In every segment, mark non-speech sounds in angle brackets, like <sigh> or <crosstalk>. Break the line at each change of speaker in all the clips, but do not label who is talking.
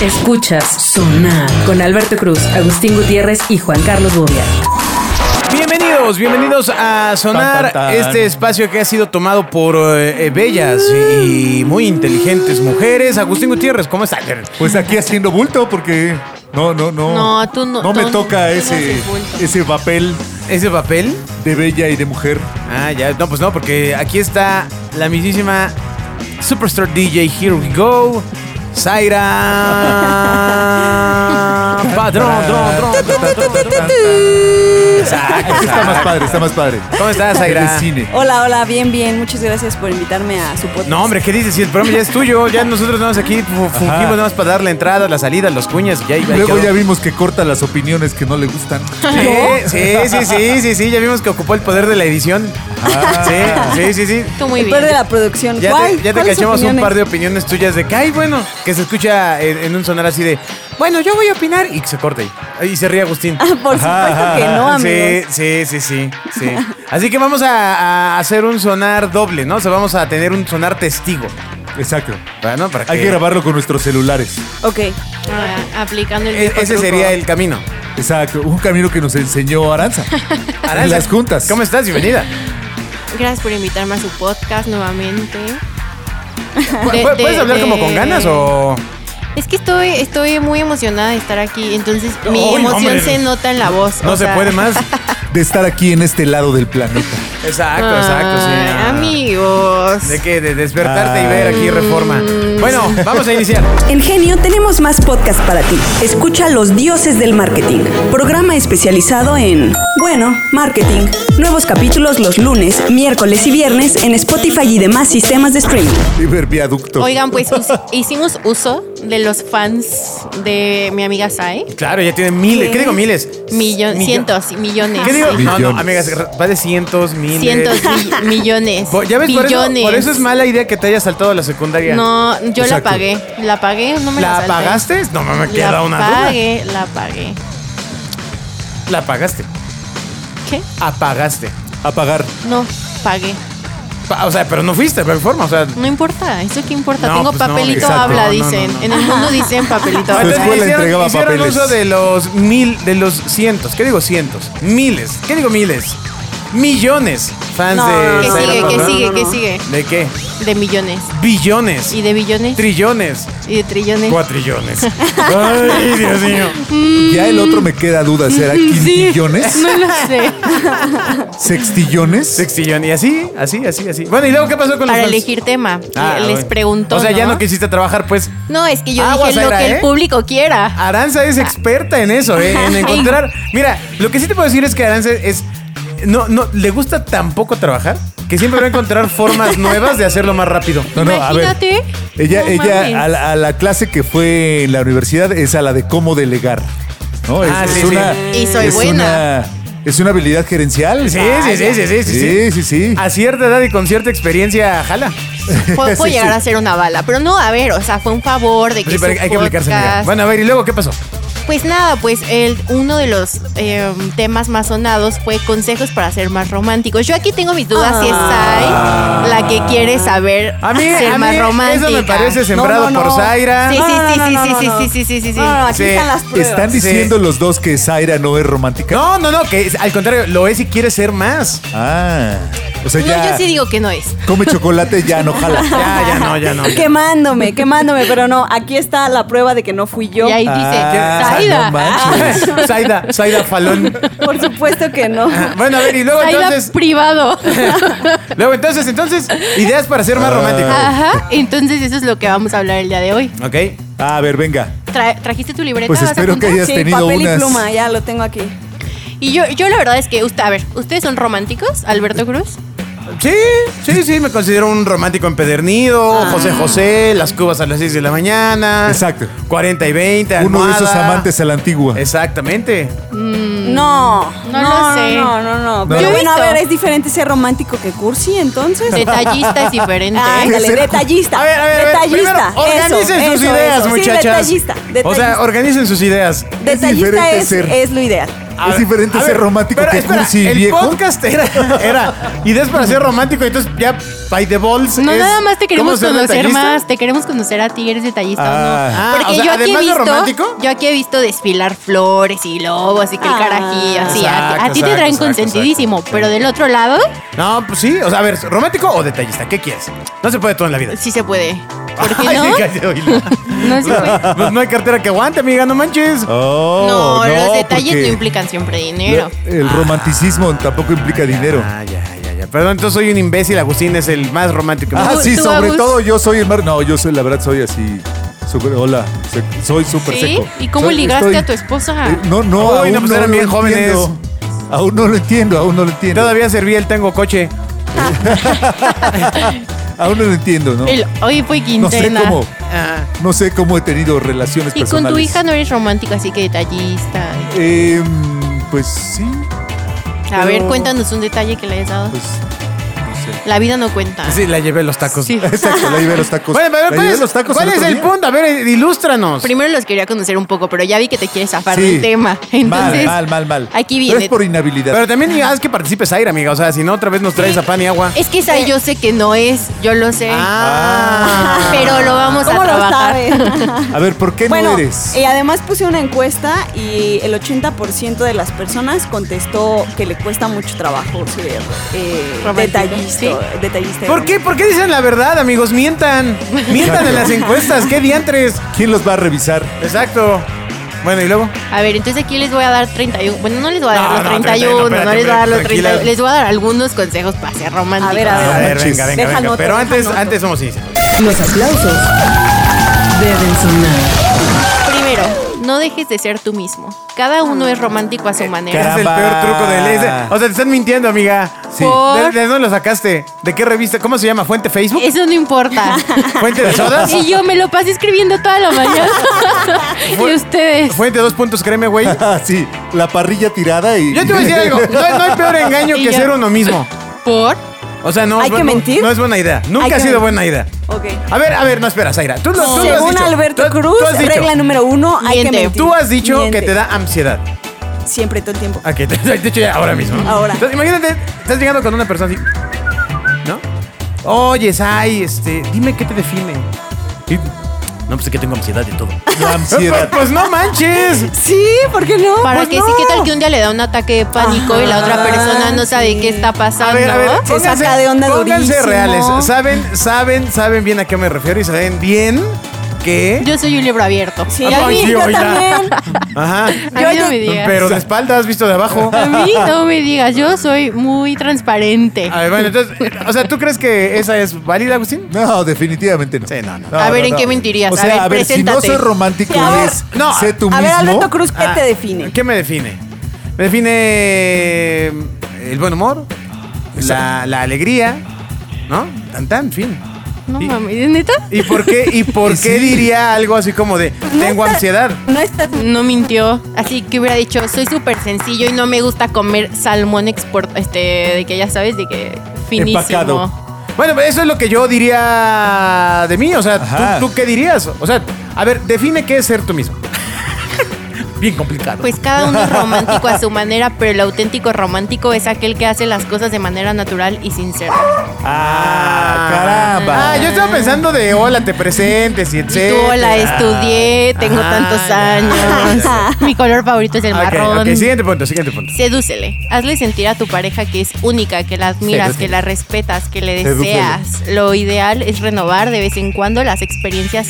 Escuchas Sonar con Alberto Cruz, Agustín Gutiérrez y Juan Carlos Bobia.
Bienvenidos, bienvenidos a Sonar,
Tan, tan, tan.
este espacio que ha sido tomado por eh, eh, bellas y muy inteligentes mujeres. Agustín Gutiérrez, ¿cómo estás?
Pues aquí haciendo bulto porque no, no, no.
No, tú no-
No me
tú- tú no
toca ese,
haces bulto.
ese papel
¿Es de papel?
de bella y de mujer.
Ah, ya, no, pues no, porque aquí está la mismísima Superstar DJ Here We Go,
<laughs>
Zaira. Padrón, dron, dron, dron, dron, dron. Exacto,
Está más
exacto.
padre, está más padre.
¿Cómo estás,
De
Zaira?
cine.
Hola, hola, bien, bien. Muchas gracias por invitarme a su podcast.
No, hombre, ¿qué dices? Si el programa ya es tuyo, ya nosotros nada más aquí fu- fungimos nada más para dar la entrada, la salida, los cuñas y ya. y ahí
Luego
quedó.
ya vimos que corta las opiniones que no le
<laughs>
gustan.
Sí, sí, sí, sí, sí, sí, ya vimos que ocupó el poder de la edición.
Ah.
Sí, sí, sí, sí.
Tú muy
El
bien.
par de la producción.
Ya te,
¿Cuál?
ya te
¿Cuáles
cachamos un
opiniones?
par de opiniones tuyas de que, ay, bueno, que se escucha en, en un sonar así de, bueno, yo voy a opinar y que se corte ahí. Y se ríe Agustín.
Ah, Por supuesto que no,
sí,
amigos.
sí, sí, sí, sí. Así que vamos a, a hacer un sonar doble, ¿no? O sea, vamos a tener un sonar testigo.
Exacto.
¿verdad, no? Para
Hay que grabarlo con nuestros celulares.
Ok.
Ah, aplicando el
E-
viejo
ese
truco.
sería el camino.
Exacto. Un camino que nos enseñó
<laughs>
Aranza.
Aranza,
En las juntas.
¿Cómo estás? Bienvenida.
Gracias por invitarme a su podcast nuevamente.
¿Pu-
De-
pu-
de-
¿Puedes hablar como con
de-
ganas o...?
Es que estoy, estoy muy emocionada de estar aquí, entonces mi
Ay,
emoción
hombre.
se nota en la voz.
No
o
se
sea-
puede
<laughs>
más.
De estar aquí en este lado del
<laughs>
planeta.
Exacto, exacto, sí.
Ay,
Ah.
Amigos.
De que de despertarte y ver aquí reforma. Bueno, vamos a iniciar.
En Genio tenemos más podcast para ti. Escucha Los Dioses del Marketing, programa especializado en, bueno, marketing. Nuevos capítulos los lunes, miércoles y viernes en Spotify y demás sistemas de streaming.
Liber viaducto.
Oigan, pues us- hicimos uso de los fans de mi amiga Sai.
Claro, ya tiene miles. ¿Qué, digo miles?
Millo-
Millo-
cientos, millones.
¿Qué digo?
sí.
No, no,
Millones.
amigas, va de cientos, miles.
Cientos, mi- <laughs> millones.
Bo- Ya ves, por eso,
billones.
por eso es mala idea que te hayas saltado a la secundaria.
No, yo la
Exacto.
pagué. La pagué, no me la
¿La
salté.
pagaste? No, me queda
la
una duda.
pagué, la pagué.
La pagaste.
¿Qué?
Apagaste.
Apagar.
No, pagué.
Pa- o sea, pero no fuiste, pero forma, o sea...
No importa, eso qué importa.
No,
Tengo
pues no,
papelito
exacto.
habla,
No, no,
dicen.
no, no.
En el mundo dicen
<laughs>
papelito
Entonces,
habla.
escuela
hicieron,
entregaba
hicieron
papeles.
uso de los mil, de los cientos, ¿qué digo cientos? Miles, ¿qué digo miles? Millones fans
No,
de...
no,
¿Qué
no,
Zaira
sigue? ¿Qué
Padrón.
sigue?
no,
¿Qué
no.
sigue?
¿De qué?
De millones.
Billones,
¿Y de billones?
trillones,
¿Y de trillones? <laughs>
cuatrillones. Ay, Dios mío.
Ya el otro me queda duda.
<laughs>
¿Será quintillones?
No lo
<laughs>
sé.
¿Sextillones?
Sextillón. Y así, así, así, así. Bueno, ¿y luego qué pasó con los
Para
fans?
elegir tema.
Ah,
Les
bueno.
pregunto.
O sea, ya no quisiste trabajar, pues.
No, es que yo
Aguas,
dije lo
Zaira,
que
¿eh?
el público
<laughs>
quiera.
Aranza
Ah.
es experta en eso, ¿eh?
<laughs>
en encontrar. Mira, lo que sí te puedo decir es que Aranza es. No, no, le gusta tan poco trabajar que siempre va a
<laughs>
encontrar formas nuevas de hacerlo más rápido.
No, no, a ver.
Imagínate.
Ella,
No mames.
ella a, la, a la clase que fue en la universidad es a la de cómo delegar. ¿no? Es,
Ah,
es
sí, sí.
una,
Y soy
es
buena.
una- es una habilidad gerencial.
Sí, sí, sí, sí, sí, sí,
Sí, sí, sí.
A cierta edad y con cierta experiencia, jala.
Puedo,
<laughs>
puedo
Sí,
llegar
sí.
a ser una bala, pero no, a ver, o sea, fue un favor de que
Sí, pero hay
su
que aplicarse. amiga.
podcast-
Bueno, a ver, ¿y luego qué pasó?
Pues nada, pues el, uno de los eh, temas más sonados fue consejos para ser más románticos. Yo aquí tengo mis dudas si es Sai la que quiere saber
Ah. A mí,
ser
a
más
mí
romántica.
eso me parece sembrado
No, no,
por
no.
Zaira.
Sí, sí,
No, no,
sí,
no,
sí,
no,
sí,
no,
sí,
no.
sí, sí, sí, sí.
No, no, aquí
Sí.
están las pruebas.
Están
Sí.
diciendo los dos que Zaira no es romántica.
No, no, no, que es- al contrario, lo es y quiere ser más.
Ah. O sea,
Pues
No,
ya
yo sí digo que no es.
come chocolate, ya no jala.
Ya, <laughs> ya no,
<laughs>
ya no.
Quemándome, quemándome, pero no, aquí está la prueba de que no fui yo.
Y ahí dice,
Ah,
Zaida,
no manches.
<laughs>
Zaida, Zaida Falón.
Por supuesto que no.
Ah, Bueno, a ver, y luego
Zaida
entonces.
<laughs>
privado.
<laughs> Luego entonces, entonces, ideas para ser más romántico.
Ajá, entonces eso es lo que vamos a hablar el día de hoy.
Ok.
A ver, venga.
Tra- ¿Trajiste tu libreta?
Pues
¿Vas a
espero que
apuntar?
hayas
Sí,
tenido
papel y
unas.
pluma, ya lo tengo aquí.
Y yo, yo la verdad es que, usted, a ver, ¿ustedes son románticos, Alberto
<laughs>
Cruz?
Sí, sí, sí, me considero un romántico empedernido,
Ah.
José José, las cubas a las 6 de la mañana.
Exacto.
40 y 20,
Uno de
almohada.
esos amantes a la antigua.
Exactamente.
No,
No lo sé.
No, no,
No.
no.
Yo
Pero
he
bueno, a
visto.
ver, es diferente ser romántico que cursi, entonces.
Detallista es diferente.
Ah, Ándale,
Ser-
detallista.
A ver, a ver, a ver,
detallista.
primero, organicen
eso,
sus
eso,
ideas,
eso. Sí,
muchachas.
detallista. detallista.
O sea, organicen sus ideas.
Detallista
diferente
es,
ser.
es lo ideal.
A
Es diferente
a
ser romántico
pero
que
espera,
cursi y
el
viejo.
podcast era, era ideas para ser romántico, entonces ya by the balls.
No,
es
nada más te
cómo
queremos
ser
conocer
detallista.
más, te queremos conocer a ti, eres detallista
Ah,
o no.
o
Porque
sea,
yo aquí he
además de
visto,
romántico.
yo aquí he visto desfilar flores y lobos y que el
Ah.
carajillo, así, a- a,
Exacto,
ti te
exacto,
traen
exacto,
consentidísimo,
exacto.
pero del otro lado
No, pues sí, o sea, a ver, romántico o detallista, ¿qué quieres? No se puede todo en la vida.
sí se puede. ¿Por
<laughs>
qué
Ay,
no?
fíjate, oíla.
<laughs> No se puede.
Pues no hay cartera que aguante, amiga, no manches.
Oh,
No, los detalles
porque
no implican siempre dinero. Ah.
lo- El romanticismo tampoco implica dinero.
Ah, ya, ya, ya. Perdón, entonces soy un imbécil, Agustín es el más romántico.
Ah,
Tú-
sí,
tú,
sobre
Agus.
todo yo soy el mar. No, yo soy, la verdad, soy así. súper- hola, se- soy súper
¿Sí?
seco.
¿Y cómo
Soy-
ligaste
estoy-
a tu esposa?
Eh, no, no,
Uy,
aún
no, pues
no
eran
lo
bien jóvenes.
entiendo. Aún no lo entiendo, aún no lo entiendo.
Todavía servía el tengo coche.
Aún no lo entiendo, ¿no?
El- hoy fue
No sé
quintena.
cómo, no sé cómo he tenido relaciones
y con
personales.
tu hija no eres romántico, así que detallista.
Eh, mm, pues sí,
A ver,
pero-
cuéntanos un detalle que le hayas dado.
pues no sé. <laughs>
La vida no cuenta.
Sí, la llevé los tacos. Pues,
Sí.
Exacto, la llevé a los tacos.
Bueno, pero
La
¿cuál
llevé a
es,
los tacos
cuál es
otro
el
día.
punto? A ver, ilústranos.
Primero los quería conocer un poco, pero ya vi que te quieres zafar
Sí.
del tema. Entonces,
mal, mal, mal, mal.
aquí
Pero
viene.
es por inhabilidad.
Pero también ni haz que participes aire, amiga. O sea, si no, otra vez nos traes a pan y agua.
Es que esa
Eh.
yo sé que no es, yo lo sé.
Ah.
Pero lo vamos a
¿Cómo lo
trabajar.
sabe?
<laughs>
A ver, ¿por qué
bueno,
no eres?
eh,
y además puse una encuesta y el 80% de las personas contestó que le cuesta mucho trabajo ser eh,
Romántico.
detallista.
Sí.
detallista.
¿Por qué? ¿Por qué dicen la verdad, amigos? Mientan. Mientan en <laughs> las encuestas. ¿Qué diantres?
¿Quién los va a revisar? <laughs>
Exacto. Bueno, ¿y luego?
A ver, entonces aquí les voy a dar 31. Bueno, no les voy a dar
No,
los
no,
31, no,
31,
les voy a dar los
espérate,
31. Les voy a dar algunos consejos para ser románticos.
A ver, a ver,
A ver,
manches.
venga, venga,
Deja
venga.
nota,
Pero
deja
antes,
nota.
antes somos sinceros.
Los aplausos deben sonar.
Primero, no dejes de ser tú mismo. Cada uno es romántico a su manera.
cara-
Ese es el
Caramba.
peor truco de ley. O sea, te están mintiendo, amiga.
Sí.
Por-
¿De, de dónde lo sacaste? ¿De qué revista? ¿Cómo se llama? ¿Fuente Facebook?
Eso no importa.
¿Fuente <laughs> de sodas?
y yo me lo pasé escribiendo toda la mañana. y ustedes.
¿Fuente dos puntos, créeme, güey?
Ah, sí, la parrilla tirada y.
Yo te voy a decir algo. No, no hay peor <laughs> engaño
Y
que
ya.
ser uno mismo.
¿Por?
O sea, no,
¿Hay
no-
que mentir?
no es buena idea.
Hay
Nunca ha
que
sido
mentir.
buena idea.
Ok.
A ver, a ver, no, espera, Zaira. Tú, lo- tú lo has
Según
dicho.
Alberto
Tú- tú
Cruz,
has dicho.
regla número uno, hay que
Miente.
mentir.
Tú has dicho
Miente.
que te da ansiedad.
Siempre, todo el tiempo.
Ok, Ah, te <laughs> te he dicho ya ahora mismo.
Ahora.
Entonces, imagínate, estás llegando con una persona así. ¿No? Oye, Sai, este, dime qué te define. Y- No, pues es que tengo ansiedad y todo.
<laughs> La ansiedad.
<laughs> Pues, pues no manches.
Sí, ¿por qué no?
Para
Pues
que
no.
sí, ¿qué tal que un día le da un ataque de pánico y la otra persona no sabe qué está pasando?
A ver, a ver,
Se saca de onda
pónganse
durísimo.
reales. Saben, saben, saben bien a qué me refiero y saben bien que.
Yo soy un libro abierto.
Sí,
a mí,
Ay, yo
oiga.
también.
Ajá.
a mí no me digas.
Pero de espalda has visto de
<laughs>
abajo.
A mí no me digas, yo soy muy transparente.
A ver, bueno, entonces, o sea, ¿tú crees que esa es válida, Agustín?
No, definitivamente no.
Sí, no, no.
A ver, ¿en qué mentirías?
O
A
sea,
ver,
a ver, si no
preséntate.
soy romántico
Sí, a
y
ver,
es
no,
sé tú
A ver,
mismo.
Alberto Cruz, ¿qué
Ah,
te define?
¿Qué me define? Me define eh, el buen humor, Ah, la, la alegría, ¿no? Tan tan, fin.
No
Y-
mames, ¿es neta?
¿Y por qué, <laughs> y por qué diría algo así como de tengo ansiedad?
No estás
No mintió. Así que hubiera dicho, soy súper sencillo y no me gusta comer salmón export, este, de que ya sabes, de que finísimo.
Empacado.
Bueno, pero eso es lo que yo diría de mí. O sea,
Ajá.
¿tú, tú qué dirías? O sea, a ver, define qué es ser tú mismo. <laughs> Bien complicado.
Pues cada uno es romántico a su manera, pero el auténtico romántico es aquel que hace las cosas de manera natural y sincera.
Ah, caramba.
Ah, yo estaba pensando de hola, te presentes y
Y tú,
etcétera.
hola, estudié, tengo
Ah,
tantos
ya, <laughs>
años.
ya,
Mi color favorito es el
Ok,
marrón.
ok, siguiente punto, siguiente punto.
Sedúcele, hazle sentir a tu pareja que es única, que la admiras, que la respetas, que le
Sedúcele.
deseas. Lo ideal es renovar de vez en cuando las experiencias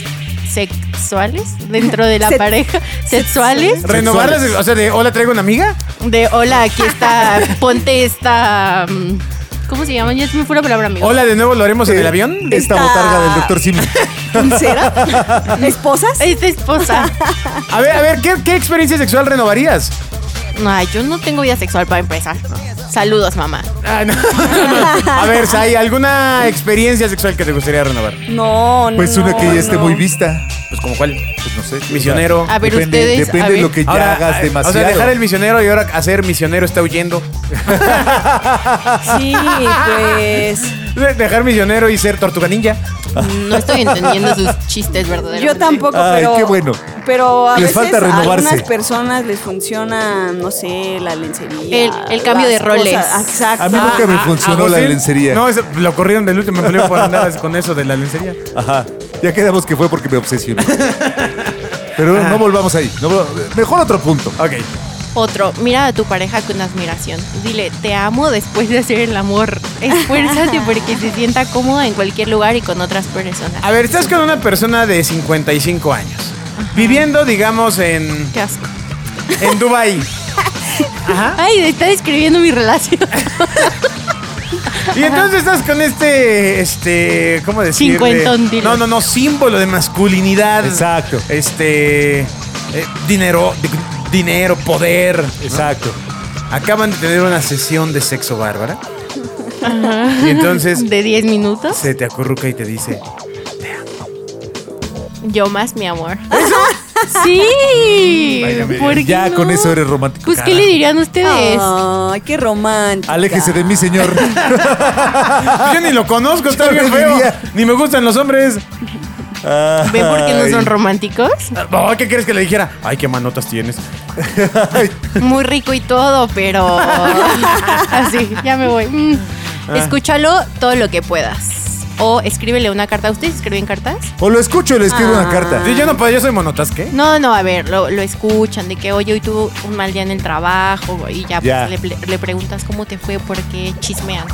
sexuales dentro de
<laughs>
la
Se-
pareja, sexuales,
Renovarlas,
Sexuales.
o sea, de hola, traigo una amiga.
de hola, aquí está, ponte esta... mm, ¿Cómo se llama? Ya se me fue la palabra, amigo.
Hola, de nuevo lo haremos en el avión.
Esta
Esta-
botarga del doctor
<laughs>
Simi.
¿Pulsera?
<laughs>
¿Esposas? <laughs>
Esta esposa.
A ver, a ver, ¿qué, qué experiencia sexual renovarías?
No, yo no tengo vida sexual para empezar. Saludos, mamá.
Ah, no. A ver, Sai, ¿alguna experiencia sexual que te gustaría renovar?
No, no.
Pues una que
no,
ya esté
no.
muy vista.
Pues como cuál?
Pues no sé.
Misionero.
A ver,
depende,
ustedes,
Depende
a
de
ver.
lo que ya hagas
eh,
demasiado.
O sea, dejar el misionero y ahora hacer misionero está huyendo.
Sí,
<laughs>
pues.
De- Dejar misionero y ser tortuga ninja.
No estoy entendiendo sus chistes, verdaderamente.
Yo tampoco,
Ay,
pero.
qué bueno.
Pero a
Les
veces
falta
a
renovarse.
algunas personas les funciona, no sé, la lencería.
El- el cambio de
las
roles.
cosas. Exacto.
A mí
Ah,
Ah,
nunca me funcionó la
Agustín,
lencería.
No, eso- lo corrieron del último empleo por andar con eso de la lencería.
Ajá. Ya quedamos que fue porque me
<laughs>
obsesioné. Pero no volvamos ahí. no vol- mejor otro punto.
Ah. Ok.
Otro, mira a tu pareja con admiración. Dile, te amo después de hacer el amor. <laughs> Esfuérzate porque se sienta cómoda en cualquier lugar y con otras personas.
A ver, estás con una persona de 55 años. Viviendo, digamos, en,
Qué asco.
en Dubai.
Ay, está describiendo mi relación.
Y entonces estás con este, este, ¿cómo decirle?
Cincuentón, dilo.
No, no, no, símbolo de masculinidad.
Exacto.
Este, eh, dinero, di- dinero, poder.
Exacto.
Acaban de tener una sesión de sexo bárbara. Y entonces
<laughs> De 10 minutos.
se te acurruca y te dice,
Yo más, mi amor. <laughs> Sí.
Válgame
¿por qué
Ya
no?
con eso eres romántico.
Pues, ¿qué le dirían ustedes?
Ay, qué romántico.
Aléjese de mí,
<laughs>
señor.
yo ni lo conozco, está
Yo
bien
le
feo.
diría.
Ni me gustan los hombres.
¿Ven por qué no son
Ay.
románticos?
No, ¿Qué quieres que le dijera? Ay, qué manotas tienes.
Muy rico y todo,
<laughs>
pero. Así, ya me voy. Mm.
Ah.
Escúchalo todo lo que puedas. O escríbele una carta. ¿Ustedes escriben cartas?
O lo escucho y le escribo
Ah.
una carta.
Sí, yo no puedo, yo soy monotasque.
No, no, a ver, lo, lo escuchan, de que oye, hoy tuvo un mal día en el trabajo y ya, pues,
Ya.
le, pre- le preguntas cómo te fue, porque chismean,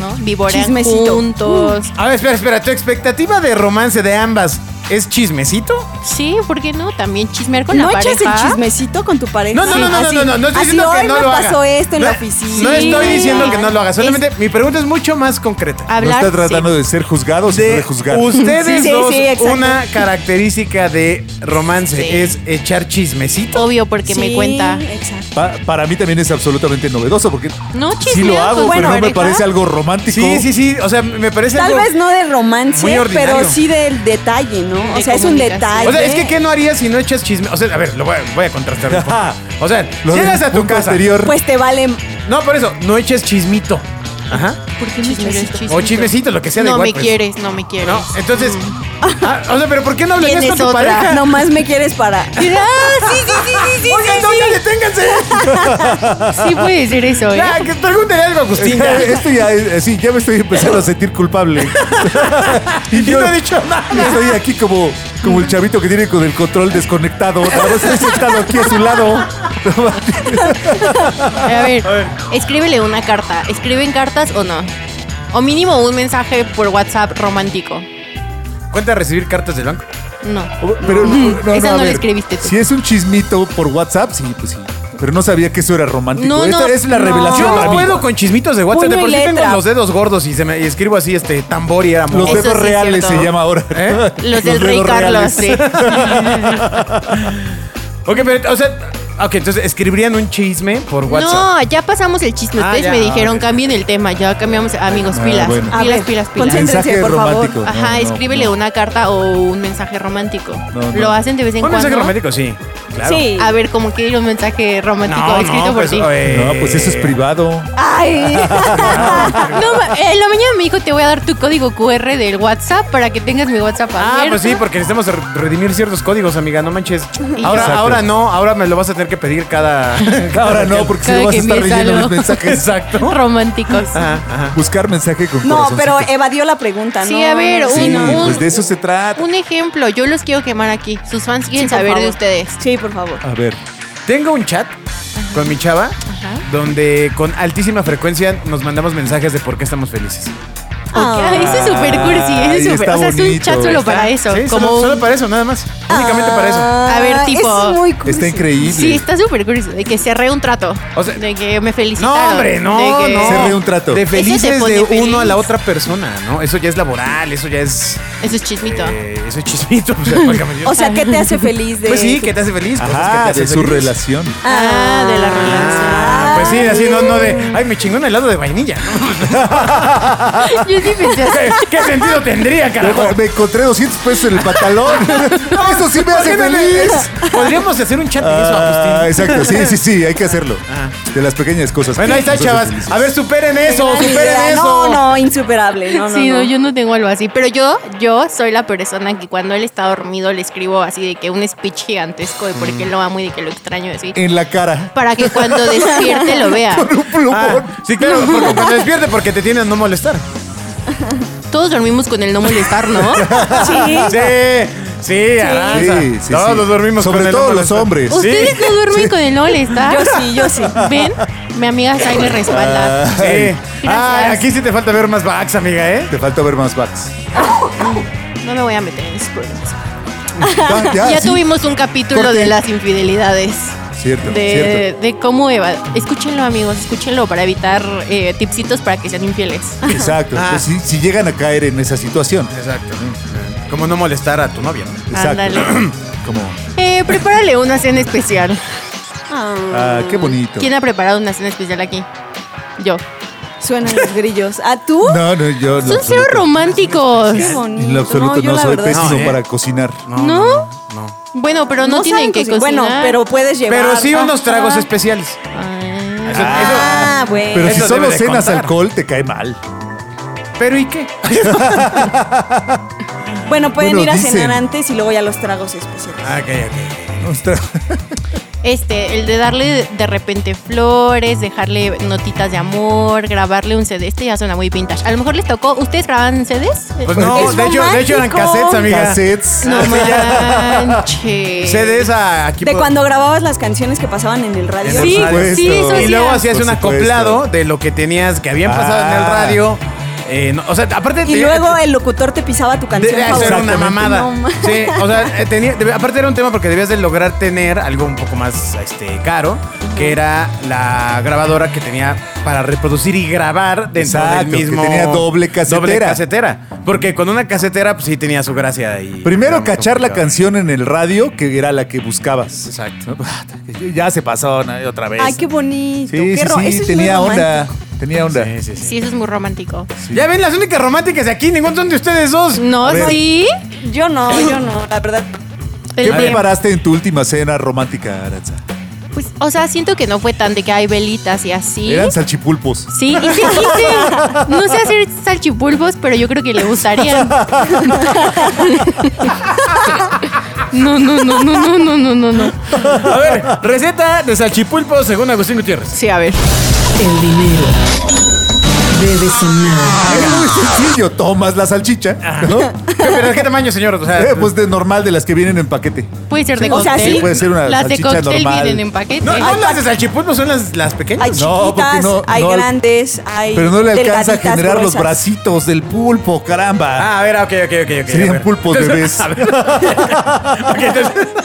¿no? Vivorean
Chismecito. Uh.
juntos.
A ver, espera, espera, ¿tu expectativa de romance de ambas es chismecito?
Sí, ¿por qué no? También chismear con
¿No
la
echas el
pareja.
chismecito con tu pareja?
No, no, no, no, no,
Eh, Así-
no, no, no estoy
así,
diciendo que
hoy
no
me
lo haga.
pasó esto en
No,
la oficina.
No estoy
Sí.
diciendo que no lo haga, solamente mi pregunta es mucho más concreta.
No
Hablar.
está
sí.
tratando de ser juzgado, sino de
De
juzgar.
ustedes
Ah. Sí, sí,
dos,
sí, exacto.
una característica de romance
Sí.
es echar chismecito.
Obvio, porque me
Sí,
cuenta.
<laughs>
Exacto.
Pa- para mí también es absolutamente novedoso porque
No
sí lo
chismea
hago,
con
pero
tu
no me
pareja.
parece algo romántico.
Sí, sí, sí, o sea, me parece
Tal
algo-
vez no de
Muy
romance,
ordinario.
pero sí del detalle, ¿no? ¿eh?
De
O sea, es un
comunicación.
detalle.
O sea, es que ¿qué no harías si no echas chisme? O sea, a ver, lo voy a, voy a contrastar
<laughs>
un poco. O sea,
Lo del
llegas a tu
punto
casa.
anterior.
Pues te vale.
No, por eso, no eches chismito. Ajá.
¿Por qué me quieres chismecito?
O chismecito, lo que sea de
No
igual,
me
pues.
quieres, no me quieres.
No, entonces.
<laughs>
Ah, o sea, pero ¿por qué no hablarías
¿Quién
con
es
tu
otra?
pareja?
Nomás me quieres
<laughs>
para.
Ah, sí, sí, sí, sí, sí.
Oigan, no, ya deténganse.
Mm. Sí puede ser eso,
<laughs>
¿eh?
Ya, que pregúntele algo, Agustín. ya.
Ya, <laughs> esto ya, es- eh, sí, ya me estoy empezando a
<laughs>
sentir culpable.
Y no he dicho nada.
Yo estoy aquí como, como el chavito que tiene con el control desconectado. Nada más estoy sentado aquí a su lado.
A ver, escríbele una carta. ¿Escriben cartas o no? O mínimo un mensaje por WhatsApp romántico.
<laughs> ¿Cuenta recibir cartas del banco?
No.
Pero no, no,
Mm, Esa
a
no la
ver,
escribiste tú.
Si es un chismito por WhatsApp, sí, pues sí. Pero no sabía que eso era romántico.
No,
Esta
no,
es la
no.
revelación
Yo
para
no
mí.
puedo con chismitos de WhatsApp. De
Puño y
por sí tengo
letra.
los dedos gordos y, se me, y escribo así, este, tambor y era amor.
Los
Eso
dedos
sí es
reales se
cierto.
llama ahora.
¿Eh?
Los del rey
dedos
Carlos,
reales.
sí.
Ok, pero, o sea, ok, entonces escribirían un chisme por <laughs> WhatsApp.
No, ya pasamos el chisme.
Ah,
Ustedes
ya,
me dijeron,
ok.
cambien el tema. Ya cambiamos. Amigos,
Ah,
pilas.
bueno.
A
Pilas,
ver,
pilas, pilas.
concéntrate.
Mensaje
Concéntrense, por favor.
romántico. No,
Ajá,
no,
escríbele una carta o un mensaje romántico.
No, no.
Lo hacen de vez en
Un mensaje
cuando.
romántico, sí. Claro.
Sí.
A ver, como que un mensaje romántico
No,
escrito
no,
por
pues,
ti.
eh,
No, pues eso es privado.
<laughs>
Ay.
<laughs> No, ma- en la mañana me dijo, te voy a dar tu código QR del WhatsApp para que tengas mi WhatsApp
Ah,
abierto".
pues sí, porque necesitamos re- redimir ciertos códigos, amiga, no manches. Ahora,
Exacto.
ahora no, ahora me lo vas a tener que pedir cada.
Ahora no, porque si
Cada
no vas a
que
estar
empieza
leyendo
algo.
mis
<laughs>
mensajes.
Exacto.
<laughs> Románticos.
Ajá, ajá.
Buscar mensaje con
No, pero
corazoncito.
evadió la pregunta, ¿no?
Sí, a ver, un-
Sí,
un-
pues de eso se trata.
Un ejemplo, yo los quiero quemar aquí. Sus fans quieren
Sí, por
saber de
favor.
ustedes.
Sí, por favor.
A ver.
Tengo un chat con mi chava donde con altísima frecuencia nos mandamos mensajes de por qué estamos felices.
Ah, ese es súper cursi, ese
Ay,
es súper.
está
O sea, es un
bonito,
chat solo
está-
para eso.
Ah, Sí,
como
solo,
un-
solo para eso, nada más. Únicamente para eso.
A ver,
Ah,
tipo-
eso es muy cursi.
Está increíble.
Sí, está súper cursi. De que cerré un trato.
O sea-
de que me felicitaron.
No, hombre, no,
de que-
no.
Cerré un trato.
De
Eso
te
felices
pone
de
feliz.
uno a la otra persona, ¿no? Eso ya es laboral, eso ya es.
Eso es chismito.
eh, eso es chismito. <laughs> O sea, válgame Dios.
O sea, ¿qué te hace feliz de
pues sí, que te hace feliz. cosas que te
Ajá,
hacen
de su
feliz.
relación.
Ah, de la relación.
Ah,
Pues sí, así no, no de. Ay, me chingó un helado de vainilla. ¿no? <laughs> Ah.
<laughs> Yo sí pensé así.
¿Qué, qué sentido tendría, carajo?
Me encontré 200 pesos en el pantalón. Eso sí me hace feliz.
Podríamos hacer un chat de eso,
Ah,
Agustín.
exacto, sí, sí, sí, hay que hacerlo. De las pequeñas cosas.
Bueno,
que
ahí está,
nos hacen
chavas.
felices.
A ver, superen eso, superen
Idea. No,
eso.
no, insuperable. No, no,
sí, no,
no.
yo no tengo algo así. Pero yo, yo soy la persona que cuando él está dormido le escribo así de que un speech gigantesco de por qué lo amo y de que lo extraño así.
Eh.
En la cara.
Para que cuando despierte lo vea.
Con un plumón.
Ah, sí, claro, porque cuando despierte porque te tienen a no molestar.
Todos dormimos con el no molestar, ¿no?
Sí.
Sí, sí, Aranza.
Sí, sí,
Todos
sí.
los dormimos
Sobre
con el
todo
no
los
molestar.
hombres.
Ustedes no duermen con el no molestar.
Yo sí, yo sí.
Ven, mi amiga Sai me respalda.
Sí. Ah,
Gracias.
aquí sí te falta ver más backs, amiga, ¿eh?
Te falta ver más backs.
No me voy a meter en esos problemas.
Ah, ya,
ya
sí.
tuvimos un capítulo
Corte.
de las infidelidades.
Cierto,
<laughs> De, de cómo Eva. Escúchenlo, amigos, escúchenlo para evitar eh, tipsitos para que sean infieles.
cierto. Exacto.
Ah.
Pues si, si llegan a caer en esa situación.
Exacto. Como no molestar a tu novia.
Exacto.
Ándale.
<clears throat> Como,
Eh, prepárale una cena especial.
ah, qué bonito.
¿Quién ha preparado una cena especial aquí? Yo.
Suenan los grillos. ¿A tú?
No, no, yo no.
Son cero románticos.
Qué bonito.
En lo absoluto
yo
no,
la
soy
verdad-
pésimo
No, ¿eh?
para cocinar.
¿No?
No.
Bueno, pero no, tienen
saben
que
cocinar.
cocinar.
Bueno, pero puedes llevar.
Pero sí unos tragos
Ah,
especiales.
Ah,
Eso-
Ah, bueno.
Pero si
Eso
solo
debe de
cenas
contar.
alcohol, te cae mal.
eso- Pero ¿y qué?
bueno, pueden
bueno,
ir a
dicen.
cenar antes y luego ya los tragos especiales.
Ah, ok, ok.
Ostras.
Este, el de darle de repente flores, dejarle notitas de amor, grabarle un CD. Este ya suena muy vintage. A lo mejor les tocó. ¿Ustedes graban CDs?
Pues no,
Es
de hecho, de hecho eran
romántico.
cassettes, amiga.
Cassettes.
<laughs>
No manches.
CDs a aquí.
De
po-
cuando grababas las canciones que pasaban en el radio.
En el
Sí,
radio.
sí, eso
Y luego
hacía.
hacías
Por
un
supuesto.
acoplado de lo que tenías, que habían pasado en el
Ah.
radio. Eh, no, o sea, aparte
Y
te-
luego el locutor te pisaba tu
de-
canción.
eso era
favorita.
una mamada.
No, ma-
sí, o sea, eh, tenía, de- aparte era un tema porque debías de lograr tener algo un poco más este, caro, que era la grabadora que tenía para reproducir y grabar dentro
Exacto,
del mismo.
que tenía doble casetera.
Doble casetera. Porque con una casetera, pues sí tenía su gracia. ahí.
Primero
Era muy
cachar la
complicado.
canción en el radio, que era la que buscabas.
Exacto. <laughs>
Ya se pasó ¿no? otra vez.
Ay, qué bonito.
Sí,
qué
sí,
ro-
sí,
eso es
tenía
muy
onda. Tenía onda.
Sí, sí, sí.
Sí, eso es muy romántico.
Ya ven las únicas románticas de aquí, ningún son de ustedes dos.
No,
A ver.
sí.
romántico. Yo no, yo no, la verdad.
¿Qué
El de-
preparaste en tu última cena romántica, Aranza?
pues, o sea, siento que no fue tan de que hay velitas y así.
Eran salchipulpos.
Sí, y sí quise. No sé hacer salchipulpos, pero yo creo que le gustarían. No, no, no, no, no, no, no, no, no.
A ver, receta de salchipulpo según Agustín Gutiérrez.
<laughs>
Sí, a ver.
El dinero debe sonar.
Es muy sencillo. Tomas la salchicha, ¿no?
¿Pero de qué tamaño, señor? O sea,
Eh, pues de normal, de las que vienen en paquete.
Puede ser de
O sea,
cóctel.
sí.
Puede ser una
Las de
salchicha
cóctel
normal.
vienen en paquete.
eh,
no, no las de salchipulpo son las, las pequeñas.
Hay
No, porque
chiquitas,
no-
hay
no-
grandes, hay.
Pero no le alcanza a
delgaditas,
generar los
gruesas.
bracitos del pulpo, <laughs> caramba.
Ah, a ver, ok, ok, ok. ok, a
Serían
ver.
pulpos bebés.
A ver. <laughs> Ok, entonces- <laughs>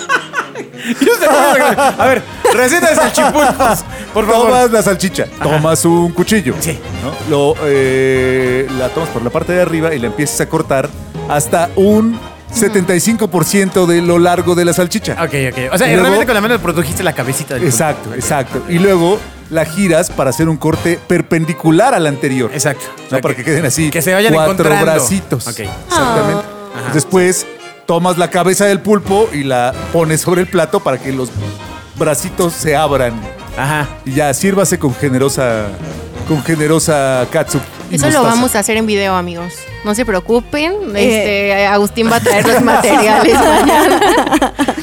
Yo sé cómo se- a ver, receta de salchipulpos, por favor.
Tomas la salchicha, tomas un cuchillo,
Sí.
¿no? Lo, eh, la tomas por la parte de arriba y la empiezas a cortar hasta un 75% de lo largo de la salchicha.
Ok, ok. O sea,
Y luego-
realmente con la mano produjiste la cabecita del
Exacto, exacto. Y luego la giras para hacer un corte perpendicular al anterior.
Exacto.
¿no?
O sea,
para que, queden así.
que se vayan
cuatro
encontrando.
bracitos.
Ok. Ah.
Exactamente. Después tomas la cabeza del pulpo y la pones sobre el plato para que los bracitos se abran.
Ajá.
Y ya, sírvase con generosa. Con generosa katsu.
Eso lo vamos a hacer en video, amigos. No se preocupen.
Eh.
Este, Agustín va a traer
<laughs>
los materiales mañana.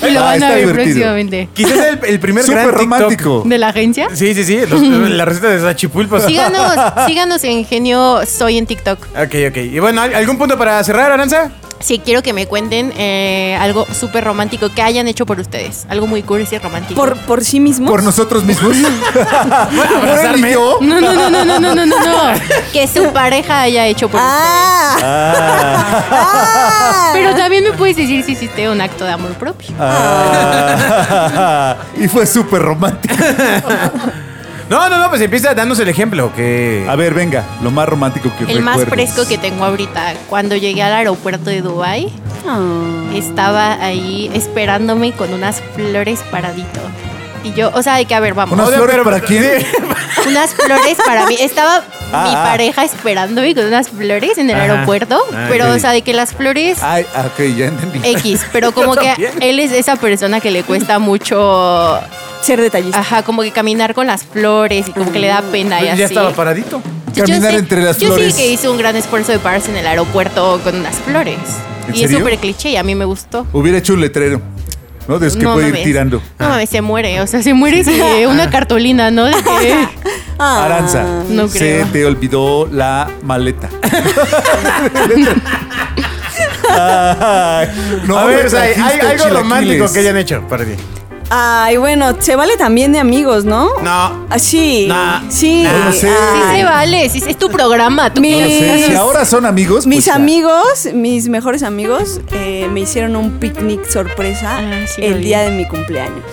y lo
Ah,
van
está
a ver
divertido.
próximamente.
Quizás el, el primer gran
Súper
TikTok.
romántico.
¿De la agencia?
Sí, sí, sí.
<laughs>
los- la receta de salchipulpos.
Síganos, síganos en Genio Soy en TikTok.
<laughs> Ok, ok. Y bueno, ¿al- ¿algún punto para cerrar, Aranza?
Sí, quiero que me cuenten eh, algo súper romántico que hayan hecho por ustedes. Algo muy cursi y romántico.
Por, por sí mismo.
Por nosotros mismos.
<laughs> Bueno, abrazarme.
yo.
No, no, no, no, no, no, no, no, no. <laughs> Que su pareja haya hecho por
Ah,
ustedes. Pero también me puedes decir si hiciste un acto de amor propio.
Ah. <laughs> y fue súper romántico.
No, no, no, pues empieza dándonos el ejemplo. Que...
A ver, venga, lo más romántico que
El más
recuerdes.
fresco que tengo ahorita, cuando llegué al aeropuerto de Dubai, Ah. estaba ahí esperándome con unas flores paradito. Y yo, o sea, hay que a ver, vamos.
¿Unas
Obvio,
flores
pero- <laughs>
para quién?
unas flores para mí. Estaba
Ah,
mi
ah.
pareja esperándome con unas flores en el
Ajá.
aeropuerto,
Ah,
pero
ok.
o sea, de que las flores
Ay, ah, ok, ya entendí.
X,
<laughs>
pero como que él es esa persona que le cuesta mucho,
<laughs> Ser detallista.
ajá, como que caminar con las flores y como que le da pena y
Ya
así.
estaba paradito.
Yo
Caminar
sé-
entre las
Yo
flores.
sí que hice un gran esfuerzo de pararse en el aeropuerto con unas flores.
¿En
Y es
serio?
súper cliché y a mí me gustó.
Hubiera hecho un letrero, ¿no? De los que
no
puede ir
mames.
tirando.
No mames, se muere. O sea, se muere de una cartolina, ¿no?
<laughs>
De que-
Ah.
Aranza,
No
se
creo.
te olvidó la
<laughs>
maleta. Ay,
a ver,
me
o sea, hay,
trajiste
algo romántico
chilaquiles.
que hayan hecho para ti.
Ay, bueno, se vale también de amigos, ¿no?
No.
Ah, sí.
Nah.
Sí.
Nah.
No sé.
Sí
Ay.
se vale, sí, es tu programa. Tú
Mi-
No
quieres.
sé, Si ahora son amigos.
Mis
pues ya.
amigos, mis mejores amigos, eh, me hicieron un picnic sorpresa
Ah, sí, lo
el
vi.
día de mi cumpleaños.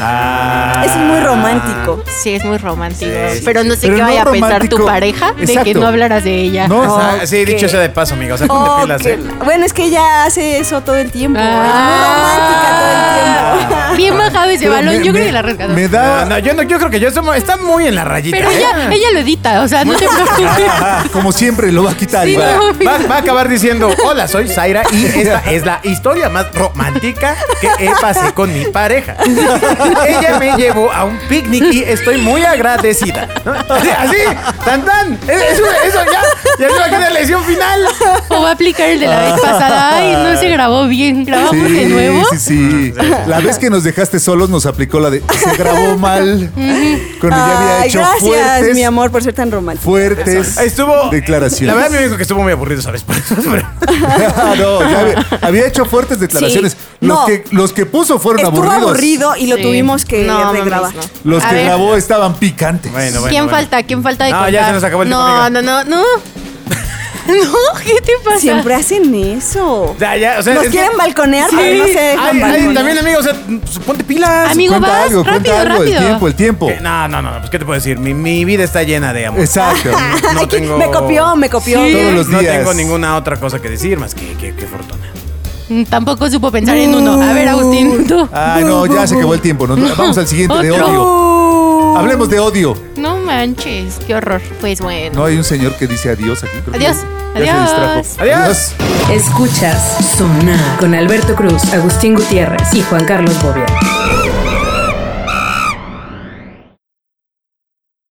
Ah.
Es
<laughs>
muy romántico.
Sí, es muy romántico.
Sí, sí,
pero no sé
Pero
qué
no
vaya a pensar
romántico.
tu pareja de que
Exacto.
no hablaras de ella.
No,
<laughs>
o sea,
Ah, sí, dicho sea de paso, amiga. O sea, ponte
Oh,
pilas,
que-
¿eh?
Bueno, es que ella hace eso todo el tiempo. Es
Ah.
muy romántica todo el tiempo.
Bien bajado ese
pero
balón,
me-
yo creo
me-
que la rescató.
Me
No,
da
no, yo, no, yo creo que yo estamos, está muy en la rayita.
Pero
¿eh?
ella, ella lo edita, o sea, no te
<laughs>
preocupes.
Ah, <laughs> como siempre, lo va a quitar.
Sí,
y va.
no.
Va, va a acabar diciendo, hola, soy Zaira <laughs> y esta es la historia más romántica que he pasé con mi pareja. <laughs> Ella me llevó a un picnic y estoy muy agradecida. ¿no? Así, así, tan tan. Es- Eso, eso ya, ya es la lección final.
O va a aplicar el de la vez pasada. Ay, no se grabó bien. Grabamos
Sí,
de Ah, nuevo.
sí, sí. La vez que nos dejaste solos nos aplicó la de se grabó mal. Cuando ya había
Ay,
hecho
gracias,
fuertes,
mi amor, por ser tan romántico.
fuertes
Estuvo. La
declaraciones.
verdad me dijo que estuvo muy aburrido, ¿sabes? <laughs> Por eso, pero-
<laughs> no, ya había, había hecho fuertes declaraciones.
Sí.
Los,
No.
que, los que puso fueron
Estuvo
aburridos.
aburrido y lo
Sí.
tuvimos que
No, mames,
regrabar.
no.
Los
A
que
ver.
grabó estaban picantes.
Bueno, bueno.
¿Quién
bueno.
falta? ¿Quién falta de
No,
contar?
ya se nos acabó el tiempo,
No,
amiga.
no, no, no. <laughs> No, ¿qué te pasa?
Siempre hacen eso.
Ya, ya, o sea,
Nos
es que-
quieren balconear, pero no se dejan
Ay, ay,
balconear.
también, amigo, o sea, pues, ponte pilas.
Amigo,
cuenta
vas.
algo,
rápido,
cuenta algo.
rápido.
El tiempo, el tiempo.
Que- No, no, no, pues qué te puedo decir. Mi, mi vida está llena de amor.
Exacto.
No
Aquí
tengo-
Me copió, me copió.
Sí.
Todos los
no
días.
tengo ninguna otra cosa que decir más que, que, que fortuna.
Mm, Tampoco supo pensar en uno. A ver, Agustín, tú.
Ay, no, ya se acabó el tiempo.
<laughs>
Nos- vamos al siguiente de
Otro.
odio. Hablemos de odio.
No manches, qué horror. Pues bueno.
No hay un señor que dice adiós aquí. creo que
Adiós,
ya se
adiós.
distrajo.
Adiós.
adiós.
Escuchas Sonar con Alberto Cruz, Agustín Gutiérrez y Juan Carlos Bobia.